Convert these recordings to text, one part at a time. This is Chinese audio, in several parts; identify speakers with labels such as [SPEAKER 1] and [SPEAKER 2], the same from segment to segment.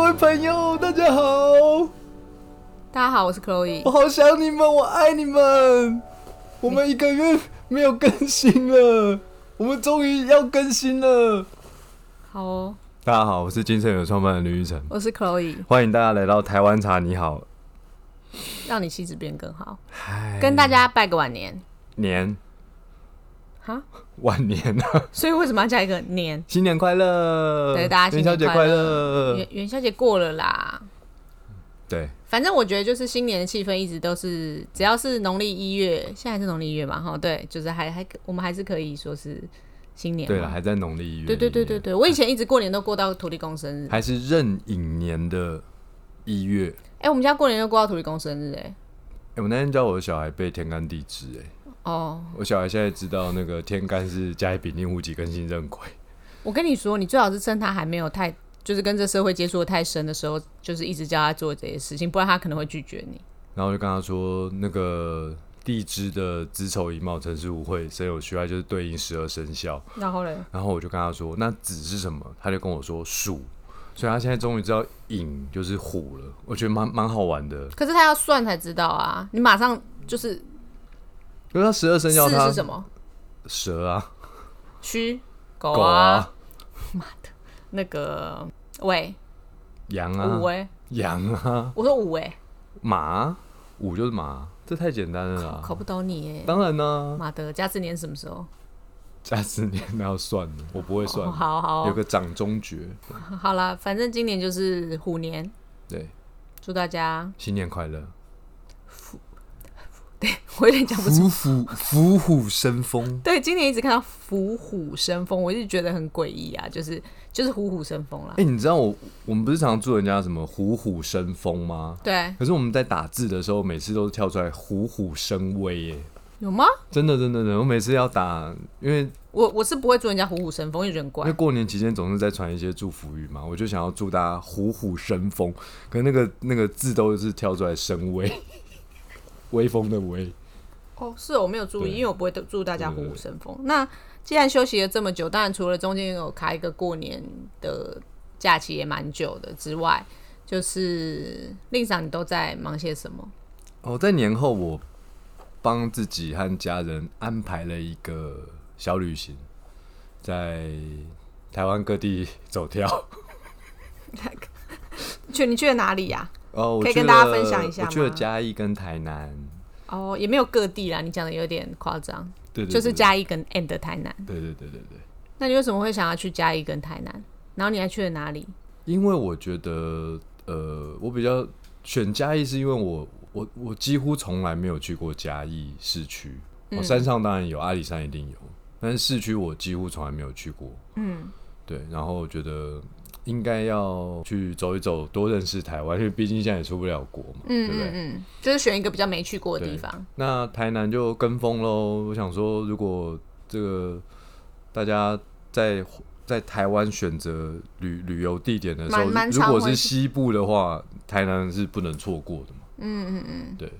[SPEAKER 1] 位朋友，大家好，
[SPEAKER 2] 大家好，我是 Chloe
[SPEAKER 1] 我。好想你们，我爱你们。我们一个月没有更新了，我们终于要更新了。
[SPEAKER 2] 好哦，
[SPEAKER 1] 大家好，我是金盛有创办人吕玉成，
[SPEAKER 2] 我是 Chloe，
[SPEAKER 1] 欢迎大家来到台湾茶。你好，
[SPEAKER 2] 让你气质变更好，
[SPEAKER 1] 嗨
[SPEAKER 2] 跟大家拜个晚年
[SPEAKER 1] 年
[SPEAKER 2] 哈。
[SPEAKER 1] 晚年 了，
[SPEAKER 2] 所以为什么要加一个年？
[SPEAKER 1] 新年快乐，
[SPEAKER 2] 对大家
[SPEAKER 1] 呃元
[SPEAKER 2] 新
[SPEAKER 1] 宵
[SPEAKER 2] 年
[SPEAKER 1] 节
[SPEAKER 2] 快
[SPEAKER 1] 乐，
[SPEAKER 2] 元元宵节过了啦，
[SPEAKER 1] 对，
[SPEAKER 2] 反正我觉得就是新年的气氛一直都是，只要是农历一月，现在还是农历一月嘛，哈，对，就是还还我们还是可以说是新年嘛。
[SPEAKER 1] 对了，还在农历一月，
[SPEAKER 2] 对对对对，对，我以前一直过年都过到土地公生日，哎、
[SPEAKER 1] 还是壬寅年的一月。
[SPEAKER 2] 哎我们家过年都过到土地公生日、哎，
[SPEAKER 1] 哎、我那天教我的小孩背天干地支，哎，
[SPEAKER 2] 哦，
[SPEAKER 1] 我小孩现在知道那个天干是甲乙丙丁戊己庚辛壬癸，
[SPEAKER 2] 我跟你说，你最好是趁他还没有太，就是跟这社会接触的太深的时候，就是一直教他做这些事情，不然他可能会拒绝你。
[SPEAKER 1] 然后我就跟他说，那个地支的子丑寅卯辰巳午会申酉戌亥就是对应十二生肖。
[SPEAKER 2] 然后嘞，
[SPEAKER 1] 然后我就跟他说，那子是什么？他就跟我说鼠，所以他现在终于知道寅就是虎了，我觉得蛮蛮好玩的。
[SPEAKER 2] 可是他要算才知道啊，你马上就是
[SPEAKER 1] 因为他十二生肖
[SPEAKER 2] 四
[SPEAKER 1] 他
[SPEAKER 2] 是什么？
[SPEAKER 1] 蛇啊、
[SPEAKER 2] 虚狗
[SPEAKER 1] 狗
[SPEAKER 2] 啊，
[SPEAKER 1] 啊、
[SPEAKER 2] 那个喂
[SPEAKER 1] 羊啊
[SPEAKER 2] 五、哎，
[SPEAKER 1] 羊啊、
[SPEAKER 2] 我说五哎，
[SPEAKER 1] 马啊，五就是马，这太简单了啦。
[SPEAKER 2] 考不倒你哎。
[SPEAKER 1] 当然呢、
[SPEAKER 2] 妈的，甲子年什么时候？
[SPEAKER 1] 加十年那要算了，我不会算
[SPEAKER 2] 哦，。好好
[SPEAKER 1] 有个掌中诀，
[SPEAKER 2] 好啦，反正今年就是虎年，
[SPEAKER 1] 对，
[SPEAKER 2] 祝大家，
[SPEAKER 1] 新年快乐，
[SPEAKER 2] 我有点讲不出。
[SPEAKER 1] 虎虎虎虎生风，
[SPEAKER 2] 对，今年一直看到虎虎生风，我一直觉得很诡异啊，就是就是虎虎生风啦
[SPEAKER 1] 哎、。你知道我我们不是常祝人家什么虎虎生风吗？
[SPEAKER 2] 对，
[SPEAKER 1] 可是我们在打字的时候，每次都跳出来虎虎生威耶，
[SPEAKER 2] 有吗？
[SPEAKER 1] 真的真的真的，我每次要打，因为
[SPEAKER 2] 我我是不会祝人家虎虎生风，因为人
[SPEAKER 1] 因
[SPEAKER 2] 怪
[SPEAKER 1] 为。过年期间总是在传一些祝福语嘛，我就想要祝大家虎虎生风，可是那个那个字都是跳出来生威， 威风的威，
[SPEAKER 2] 哦，是哦我没有注
[SPEAKER 1] 对
[SPEAKER 2] 意，因为我不会祝大家虎虎生风。那既然休息了这么久，当然除了中间有卡一个过年的假期也蛮久的之外，就是令赏你都在忙些什么？
[SPEAKER 1] 哦，在年后我帮自己和家人安排了一个小旅行，在台湾各地走跳。
[SPEAKER 2] 去你去了哪里啊呀、
[SPEAKER 1] 哦，我
[SPEAKER 2] 可以
[SPEAKER 1] 去
[SPEAKER 2] 跟大家
[SPEAKER 1] 了
[SPEAKER 2] 分享一下
[SPEAKER 1] 我去了
[SPEAKER 2] 吗
[SPEAKER 1] 嘉义跟台南，
[SPEAKER 2] 哦，也没有各地啦，你讲的有点夸张，
[SPEAKER 1] 对对对，
[SPEAKER 2] 就是。嘉义跟 and 台南。
[SPEAKER 1] 对对对对对，
[SPEAKER 2] 那你为什么会想要去嘉义跟台南？然后你还去了哪里？
[SPEAKER 1] 因为我觉得，呃，我比较选嘉义是因为我我我几乎从来没有去过嘉义市区。哦，山上当然有，阿里山一定有，但是市区我几乎从来没有去过。
[SPEAKER 2] 嗯，
[SPEAKER 1] 对，然后我觉得应该要去走一走，多认识台湾，因为毕竟现在也出不了国嘛，
[SPEAKER 2] 嗯
[SPEAKER 1] 对不
[SPEAKER 2] 嗯
[SPEAKER 1] 对？
[SPEAKER 2] 嗯，就是选一个比较没去过的地
[SPEAKER 1] 对
[SPEAKER 2] 方。
[SPEAKER 1] 那台南就跟风喽。我想说，如果这个大家在在台湾选择旅旅游地点的时候，
[SPEAKER 2] 蛮蛮
[SPEAKER 1] 如
[SPEAKER 2] 常
[SPEAKER 1] 果
[SPEAKER 2] 会
[SPEAKER 1] 是
[SPEAKER 2] 去
[SPEAKER 1] 西部的话，台南是不能错过的嘛。
[SPEAKER 2] 嗯嗯嗯，
[SPEAKER 1] 对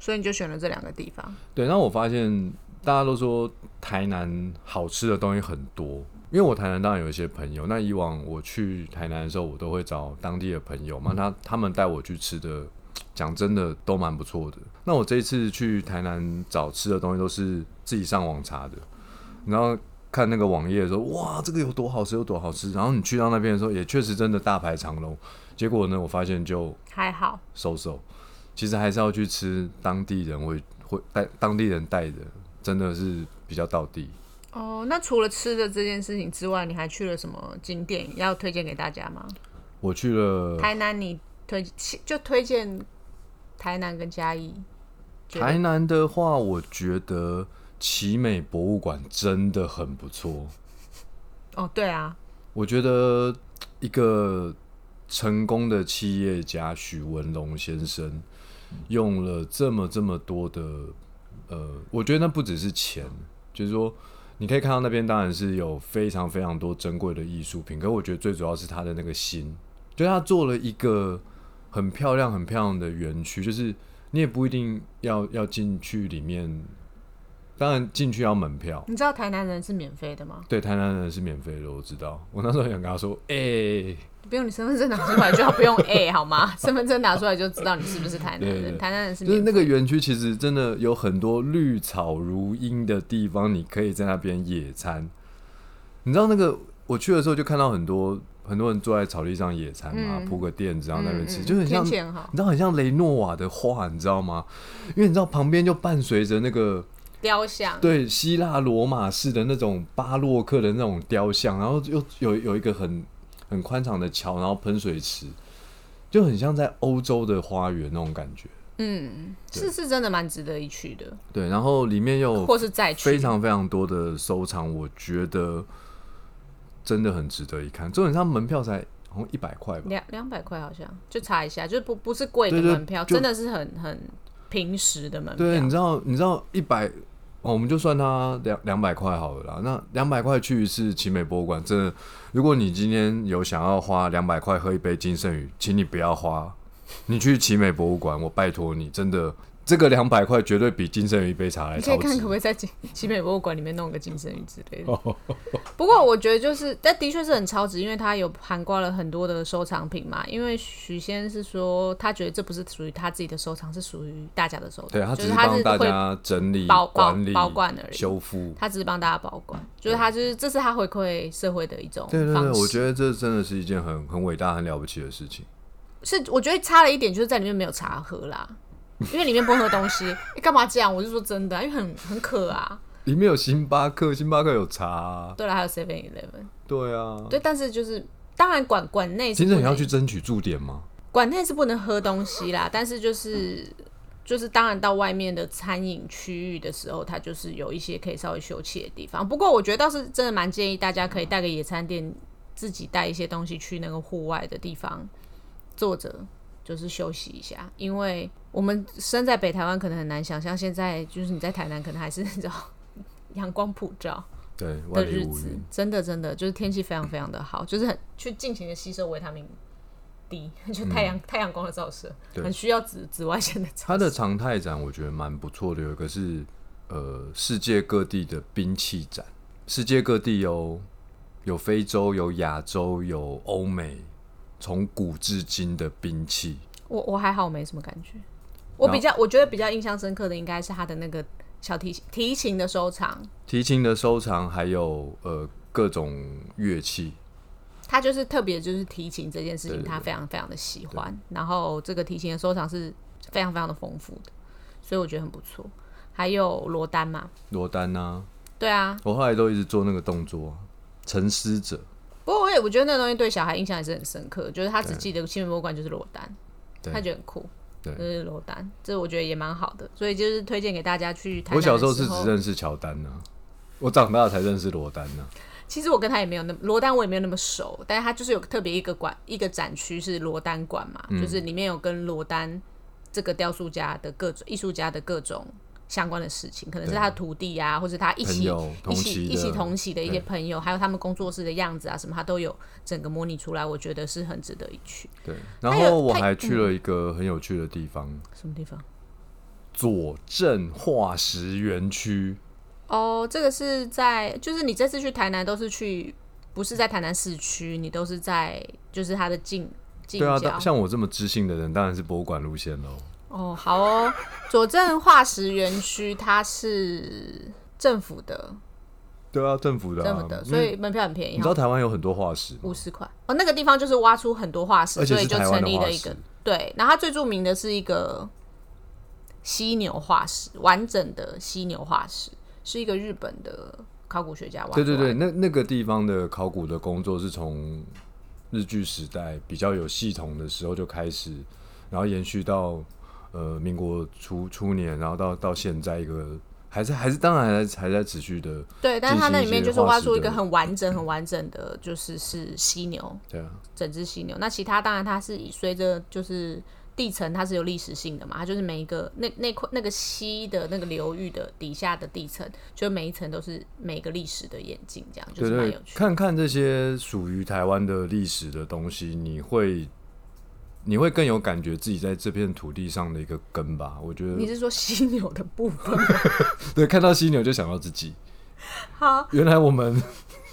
[SPEAKER 2] 所以你就选了这两个地方。
[SPEAKER 1] 对，那我发现大家都说台南好吃的东西很多。因为我台南当然有一些朋友，那以往我去台南的时候，我都会找当地的朋友嘛，他他们带我去吃的，讲真的都蛮不错的。那我这一次去台南找吃的东西都是自己上网查的，然后看那个网页说，哇，这个有多好吃，有多好吃。然后你去到那边的时候，也确实真的大排长龙。结果呢，我发现就
[SPEAKER 2] 还好，
[SPEAKER 1] 收手，其实还是要去吃当地人会会带当地人带的，真的是比较到地。
[SPEAKER 2] 哦，那除了吃的这件事情之外，你还去了什么景点要推荐给大家吗？
[SPEAKER 1] 我去了
[SPEAKER 2] 台南你推就推荐台南跟嘉义，觉得
[SPEAKER 1] 台南的话，我觉得奇美博物馆真的很不错。
[SPEAKER 2] 哦，对啊，
[SPEAKER 1] 我觉得一个成功的企业家许文龙先生用了这么这么多的，呃，我觉得那不只是钱，就是说你可以看到那边当然是有非常非常多珍贵的艺术品，可我觉得最主要是他的那个心，就是他做了一个很漂亮很漂亮的园区，就是你也不一定要要进去里面，当然进去要门票。
[SPEAKER 2] 你知道台南人是免费的吗？
[SPEAKER 1] 对，台南人是免费的，我知道。我那时候想跟他说，哎、
[SPEAKER 2] 不用你身份证拿出来就好， 不用 A 好吗？身份证拿出来就知道你是不是台南
[SPEAKER 1] 对
[SPEAKER 2] 人。
[SPEAKER 1] 对
[SPEAKER 2] 台南人是
[SPEAKER 1] 就是
[SPEAKER 2] 免
[SPEAKER 1] 那个园区，其实真的有很多绿草如茵的地方，你可以在那边野餐。你知道那个我去的时候就看到很多很多人坐在草地上野餐嘛，
[SPEAKER 2] 嗯
[SPEAKER 1] 铺个垫子然后在那边吃，
[SPEAKER 2] 嗯嗯
[SPEAKER 1] 就很像
[SPEAKER 2] 天气很好
[SPEAKER 1] 你知道很像雷诺瓦的画，你知道吗？因为你知道旁边就伴随着那个
[SPEAKER 2] 雕像，
[SPEAKER 1] 对希腊罗马式的那种巴洛克的那种雕像，然后又有有一个很很宽敞的桥，然后喷水池，就很像在欧洲的花园那种感觉。
[SPEAKER 2] 嗯，
[SPEAKER 1] 对
[SPEAKER 2] 是是真的蛮值得一去的，
[SPEAKER 1] 对，然后里面又有
[SPEAKER 2] 或是再去
[SPEAKER 1] 非常非常多的收藏，我觉得真的很值得一看。重点是它门票才好像一百块吧，
[SPEAKER 2] 两两百块好像，就查一下，就是不不是贵的
[SPEAKER 1] 对对
[SPEAKER 2] 门票，
[SPEAKER 1] 就
[SPEAKER 2] 真的是很很平时的门
[SPEAKER 1] 对，你
[SPEAKER 2] 票，
[SPEAKER 1] 知道你知道一百。哦，我们就算它两两百块好了啦。那两百块去一次奇美博物馆，真的，如果你今天有想要花两百块喝一杯金圣宇，请你不要花，你去奇美博物馆，我拜托你，真的，这个两百块绝对比金圣宇一杯茶还
[SPEAKER 2] 你可以
[SPEAKER 1] 超
[SPEAKER 2] 看
[SPEAKER 1] 值
[SPEAKER 2] 可不。可以在景奇美博物馆里面弄个金圣鱼之 类的。不过我觉得就是，但的确是很超值，因为它有涵盖了很多的收藏品嘛。因为许仙是说，他觉得这不是属于他自己的收藏，是属于大家的收藏，
[SPEAKER 1] 对，它
[SPEAKER 2] 就
[SPEAKER 1] 只
[SPEAKER 2] 是
[SPEAKER 1] 是
[SPEAKER 2] 他
[SPEAKER 1] 帮
[SPEAKER 2] 是
[SPEAKER 1] 大
[SPEAKER 2] 会
[SPEAKER 1] 家整理、
[SPEAKER 2] 保保
[SPEAKER 1] 管理、
[SPEAKER 2] 保管而已
[SPEAKER 1] 修复。
[SPEAKER 2] 他只是帮大家保管，就是他就是这是他回馈社会的一种
[SPEAKER 1] 对对
[SPEAKER 2] 方
[SPEAKER 1] 对，
[SPEAKER 2] 式。
[SPEAKER 1] 我觉得这真的是一件很很伟大、很了不起的事情。
[SPEAKER 2] 是我觉得差了一点，就是在里面没有茶喝啦，因为里面不会喝东西。你干嘛这样？我是说真的啊、因为很很渴啊。
[SPEAKER 1] 里面有星巴克，星巴克有茶啊、
[SPEAKER 2] 对了，还有 Seven Eleven，
[SPEAKER 1] 对啊。
[SPEAKER 2] 对，但是就是当然馆馆内是
[SPEAKER 1] 金
[SPEAKER 2] 不
[SPEAKER 1] 正你要
[SPEAKER 2] 能
[SPEAKER 1] 去争取驻点吗？
[SPEAKER 2] 馆内是不能喝东西啦，但是就是就是当然到外面的餐饮区域的时候，它就是有一些可以稍微休憩的地方。不过我觉得倒是真的蛮建议大家可以带个野餐垫，自己带一些东西去那个户外的地方坐着。就是休息一下，因为我们身在北台湾，可能很难想象现在就是你在台南，可能还是 你知道阳光普照
[SPEAKER 1] 对，万里
[SPEAKER 2] 的日
[SPEAKER 1] 无
[SPEAKER 2] 子
[SPEAKER 1] 云。，
[SPEAKER 2] 真的真的就是天气非常非常的好，就是很去尽情的吸收维他命 D，就 太阳、太阳光的照射，
[SPEAKER 1] 对
[SPEAKER 2] 很需要紫紫外线的照射。
[SPEAKER 1] 它的常态展我觉得蛮不错的，有一个是呃世界各地的兵器展，世界各地有有非洲、有亚洲、有欧美，从古至今的兵器。
[SPEAKER 2] 我我还好，没什么感觉。我比较我觉得比较印象深刻的应该是他的那个小提琴提琴的收藏，
[SPEAKER 1] 提琴的收藏，还有呃各种乐器，
[SPEAKER 2] 他就是特别就是提琴这件事情，他非常非常的喜欢。然后这个提琴的收藏是非常非常的丰富的，所以我觉得很不错。还有罗丹嘛，
[SPEAKER 1] 罗丹啊，
[SPEAKER 2] 对啊，
[SPEAKER 1] 我后来都一直做那个动作啊，沉思者。
[SPEAKER 2] 不过我也我觉得那东西对小孩印象也是很深刻，就是他只记得新闻博物馆就是罗丹，
[SPEAKER 1] 对
[SPEAKER 2] 他觉得很酷，
[SPEAKER 1] 对
[SPEAKER 2] 就是罗丹，这我觉得也蛮好的，所以就是推荐给大家去台南
[SPEAKER 1] 我
[SPEAKER 2] 的时
[SPEAKER 1] 小
[SPEAKER 2] 候。
[SPEAKER 1] 时候是只认识乔丹呢、我长大才认识罗丹啊呢、
[SPEAKER 2] 其实我跟他也没有那么罗丹，我也没有那么熟，但是他就是有特别一个馆一个展区是罗丹馆嘛，
[SPEAKER 1] 嗯
[SPEAKER 2] 就是里面有跟罗丹这个雕塑家的各种艺术家的各种相关的事情，可能是他的徒弟啊，或者他一起
[SPEAKER 1] 朋友
[SPEAKER 2] 一
[SPEAKER 1] 同
[SPEAKER 2] 起
[SPEAKER 1] 期的
[SPEAKER 2] 一起同期的一些
[SPEAKER 1] 对
[SPEAKER 2] 朋友，还有他们工作室的样子啊什么，他都有整个模拟出来，我觉得是很值得一去。
[SPEAKER 1] 对，然
[SPEAKER 2] 还有
[SPEAKER 1] 后我
[SPEAKER 2] 他
[SPEAKER 1] 还嗯去了一个很有趣的地方
[SPEAKER 2] 什么地方？
[SPEAKER 1] ——佐证化石园区。
[SPEAKER 2] 哦，这个是在，就是你这次去台南都是去，不是在台南市区，你都是在就是它的近近
[SPEAKER 1] 对啊，
[SPEAKER 2] 郊。
[SPEAKER 1] 当像我这么知性的人，当然是博物馆路线喽。
[SPEAKER 2] 哦，好哦， 左镇化石园区它是政府的，
[SPEAKER 1] 对啊，政府的、啊，
[SPEAKER 2] 政府的，
[SPEAKER 1] 因
[SPEAKER 2] 所
[SPEAKER 1] 为
[SPEAKER 2] 以门票很便宜
[SPEAKER 1] 你知，道台湾有很多化石吗？
[SPEAKER 2] 五十块。哦，那个地方就是挖出很多化石，
[SPEAKER 1] 而且
[SPEAKER 2] 所以
[SPEAKER 1] 是
[SPEAKER 2] 就
[SPEAKER 1] 台湾
[SPEAKER 2] 成
[SPEAKER 1] 的
[SPEAKER 2] 立
[SPEAKER 1] 化
[SPEAKER 2] 了一个
[SPEAKER 1] 石。
[SPEAKER 2] 对，然后它最著名的是一个犀牛化石，完整的犀牛化石是一个日本的考古学家挖出
[SPEAKER 1] 对
[SPEAKER 2] 来的。
[SPEAKER 1] 对对，那那个地方的考古的工作是从日据时代比较有系统的时候就开始，然后延续到呃民国初初年，然后到到现在一个还是还是当然还在还在持续的，
[SPEAKER 2] 对，但是它
[SPEAKER 1] 进行
[SPEAKER 2] 那
[SPEAKER 1] 一
[SPEAKER 2] 里面
[SPEAKER 1] 些
[SPEAKER 2] 就是
[SPEAKER 1] 化
[SPEAKER 2] 挖
[SPEAKER 1] 石
[SPEAKER 2] 出一个
[SPEAKER 1] 的
[SPEAKER 2] 很完整、很完整的，就是是犀牛，
[SPEAKER 1] 对啊，
[SPEAKER 2] 整只犀牛。那其他当然它是以随着就是地层它是有历史性的嘛，它就是每一个那那块那个溪的那个流域的底下的地层，就每一层都是每个历史的演进，这样就
[SPEAKER 1] 对
[SPEAKER 2] 是蛮
[SPEAKER 1] 对
[SPEAKER 2] 有，趣的。
[SPEAKER 1] 看看这些属于台湾的历史的东西，你会你会更有感觉自己在这片土地上的一个根吧？我觉
[SPEAKER 2] 你
[SPEAKER 1] 得，
[SPEAKER 2] 是说犀牛的部分？
[SPEAKER 1] 对，看到犀牛就想到自己，
[SPEAKER 2] 好，
[SPEAKER 1] 原来我们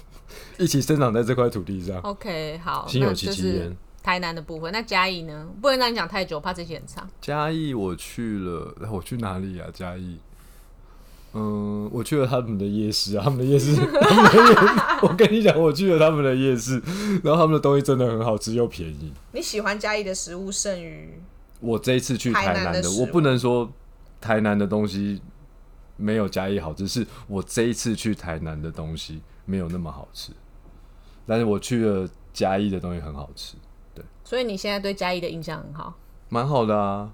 [SPEAKER 1] 一起生长在这块土地上，
[SPEAKER 2] OK，好，
[SPEAKER 1] 心有
[SPEAKER 2] 哦那
[SPEAKER 1] 戚
[SPEAKER 2] 就
[SPEAKER 1] 戚
[SPEAKER 2] 是
[SPEAKER 1] 焉。
[SPEAKER 2] 台南的部分。那嘉义呢？不能让你讲太久，怕这些很长。
[SPEAKER 1] 嘉义我去了，哎我去哪里啊？嘉义，嗯，我去了他们的夜市啊，他们的夜 市，他们的夜市，我跟你讲，我去了他们的夜市，然后他们的东西真的很好吃又便宜。
[SPEAKER 2] 你喜欢嘉义的食物胜于
[SPEAKER 1] 我这一次去
[SPEAKER 2] 台
[SPEAKER 1] 台
[SPEAKER 2] 南
[SPEAKER 1] 南
[SPEAKER 2] 的
[SPEAKER 1] 的，
[SPEAKER 2] 食物
[SPEAKER 1] 我不能说台南的东西没有嘉义好吃，是我这一次去台南的东西没有那么好吃，但是我去了嘉义的东西很好吃，
[SPEAKER 2] 所以你现在对嘉义的印象很好。
[SPEAKER 1] 蛮好的啊，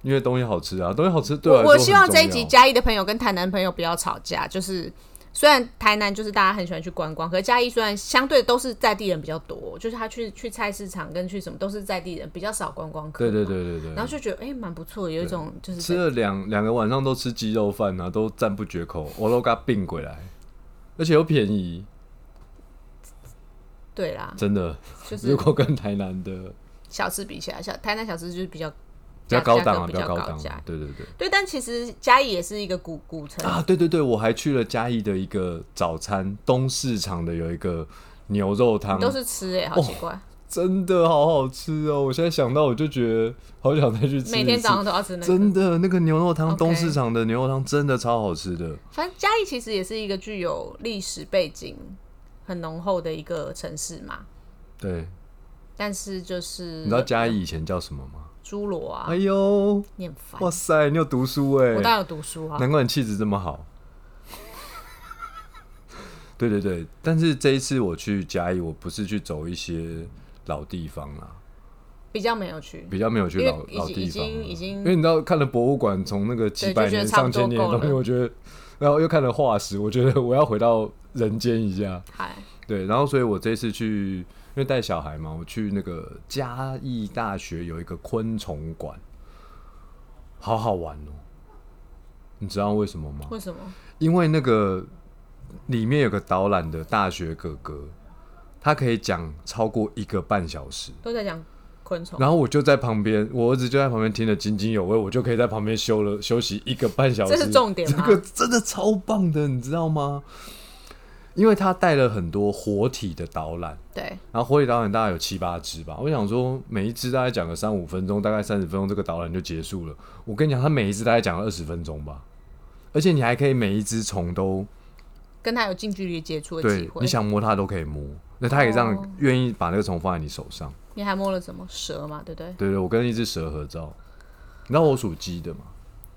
[SPEAKER 1] 因为东西好吃啊，东西好吃对
[SPEAKER 2] 我
[SPEAKER 1] 来说
[SPEAKER 2] 我希望
[SPEAKER 1] 很重
[SPEAKER 2] 这
[SPEAKER 1] 要
[SPEAKER 2] 一集嘉义的朋友跟台南朋友不要吵架，就是。虽然台南就是大家很喜欢去观光，可是嘉义虽然相对都是在地人比较多，就是他去去菜市场跟去什么都是在地人，比较少观光客。
[SPEAKER 1] 对对。对对对，
[SPEAKER 2] 然后就觉得哎，蛮、不错，有一种就是
[SPEAKER 1] 吃了两两个晚上都吃鸡肉饭啊，都赞不绝口，我都给他并回来，而且又便宜，
[SPEAKER 2] 对啦，
[SPEAKER 1] 真的。
[SPEAKER 2] 就是
[SPEAKER 1] 如果跟台南的
[SPEAKER 2] 小吃比起来，小台南小吃就是比较
[SPEAKER 1] 比较高档
[SPEAKER 2] 价
[SPEAKER 1] 啊，
[SPEAKER 2] 格比
[SPEAKER 1] 比
[SPEAKER 2] 较
[SPEAKER 1] 较
[SPEAKER 2] 高
[SPEAKER 1] 高
[SPEAKER 2] 档
[SPEAKER 1] 档啊，对对对。
[SPEAKER 2] 对，但其实嘉义也是一个古古城，
[SPEAKER 1] 啊，对对对，我还去了嘉义的一个早餐东市场的有一个牛肉汤
[SPEAKER 2] 你，都是吃哎、
[SPEAKER 1] 哦
[SPEAKER 2] 好奇怪，
[SPEAKER 1] 真的好好吃哦！我现在想到我就觉得好想再去吃一次。
[SPEAKER 2] 每天早上都要吃那个。
[SPEAKER 1] 真的那个牛肉汤
[SPEAKER 2] OK
[SPEAKER 1] 东市场的牛肉汤真的超好吃的。
[SPEAKER 2] 反正嘉义其实也是一个具有历史背景很浓厚的一个城市嘛，嗯
[SPEAKER 1] 对，
[SPEAKER 2] 但是就是
[SPEAKER 1] 你知道嘉义以前叫什么吗？
[SPEAKER 2] 侏罗啊
[SPEAKER 1] 哎，呦，
[SPEAKER 2] 念烦。
[SPEAKER 1] 哇塞，你有读书哎、
[SPEAKER 2] 我当然有读书啊，
[SPEAKER 1] 难怪你气质这么好。 对对对，但是这一次我去嘉义，我不是去走一些老地方啦，
[SPEAKER 2] 比较没有去，
[SPEAKER 1] 比较没有去老
[SPEAKER 2] 因为
[SPEAKER 1] 老
[SPEAKER 2] 已
[SPEAKER 1] 地方
[SPEAKER 2] 经
[SPEAKER 1] 了，
[SPEAKER 2] 已经已经
[SPEAKER 1] 因为你知道看了博物馆，从那个几百
[SPEAKER 2] 对就觉得
[SPEAKER 1] 年、
[SPEAKER 2] 差不
[SPEAKER 1] 上
[SPEAKER 2] 多
[SPEAKER 1] 千年的东
[SPEAKER 2] 够
[SPEAKER 1] 西，
[SPEAKER 2] 了
[SPEAKER 1] 我觉得，然后又看了化石，我觉得我要回到人间一下。
[SPEAKER 2] 嗨，
[SPEAKER 1] 对，然后所以我这次去，因为带小孩嘛，我去那个嘉义大学有一个昆虫馆，好好玩哦。你知道为什么吗？
[SPEAKER 2] 为什么？
[SPEAKER 1] 因为那个里面有个导览的大学哥哥，他可以讲超过一个半小时。
[SPEAKER 2] 都在讲昆虫，
[SPEAKER 1] 然后我就在旁边，我儿子就在旁边听得津津有味，我就可以在旁边休了休息一个半小时。
[SPEAKER 2] 这是重点
[SPEAKER 1] 这
[SPEAKER 2] 吗
[SPEAKER 1] 个真的超棒的，你知道吗？因为他带了很多活体的导览，
[SPEAKER 2] 对，
[SPEAKER 1] 然后活体导览大概有七八只吧。我想说，每一只大概讲个三五分钟，大概三十分钟，这个导览就结束了。我跟你讲，他每一只大概讲了二十分钟吧，而且你还可以每一只虫都
[SPEAKER 2] 跟他有近距离接触的机
[SPEAKER 1] 对，
[SPEAKER 2] 会。
[SPEAKER 1] 你想摸它都可以摸。那他也让
[SPEAKER 2] 哦
[SPEAKER 1] 愿意把那个虫放在你手上。
[SPEAKER 2] 你还摸了什么蛇嘛？对不对？
[SPEAKER 1] 对对，我跟一只蛇合照。你知道我属鸡的嘛？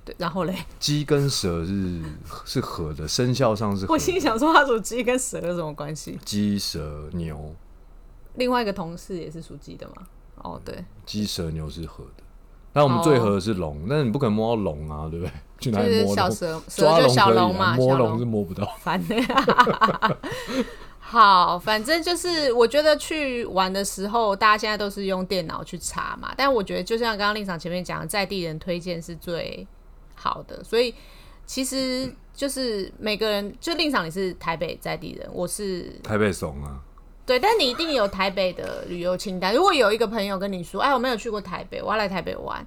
[SPEAKER 2] 对，然后嘞，
[SPEAKER 1] 鸡跟蛇是是合的，生肖上是合
[SPEAKER 2] 我
[SPEAKER 1] 的
[SPEAKER 2] 心想说他属鸡跟蛇有什么关系？
[SPEAKER 1] 鸡蛇牛，
[SPEAKER 2] 另外一个同事也是属鸡的嘛？哦，对，
[SPEAKER 1] 鸡蛇牛是合的。那我们最合的是龙，但是你不可能摸到龙啊，对不对？去哪
[SPEAKER 2] 哦就
[SPEAKER 1] 里
[SPEAKER 2] 是
[SPEAKER 1] 摸
[SPEAKER 2] 小
[SPEAKER 1] 龙？
[SPEAKER 2] 蛇，
[SPEAKER 1] 抓
[SPEAKER 2] 蛇就
[SPEAKER 1] 龙
[SPEAKER 2] 小
[SPEAKER 1] 可以
[SPEAKER 2] 龙
[SPEAKER 1] 啊，
[SPEAKER 2] 嘛，
[SPEAKER 1] 摸
[SPEAKER 2] 小
[SPEAKER 1] 龙是
[SPEAKER 2] 龙
[SPEAKER 1] 摸不到。
[SPEAKER 2] 烦的。 好，反正就是我觉得去玩的时候，大家现在都是用电脑去查嘛，但我觉得就像刚刚令场前面讲的，在地人推荐是最好的，所以其实就是每个人，就令场你是台北在地人，我是
[SPEAKER 1] 台北怂啊，
[SPEAKER 2] 对，但你一定有台北的旅游清单。如果有一个朋友跟你说：“哎，我没有去过台北，我要来台北玩。”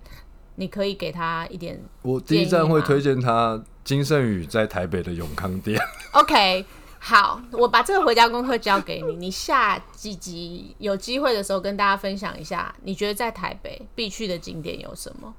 [SPEAKER 2] 你可以给他一点
[SPEAKER 1] 我第一
[SPEAKER 2] 建议
[SPEAKER 1] 站
[SPEAKER 2] 吗
[SPEAKER 1] 会推荐他金圣宇在台北的永康店。
[SPEAKER 2] OK。好，我把这个回家功课交给你。你下几集有机会的时候跟大家分享一下，你觉得在台北必去的景点有什么？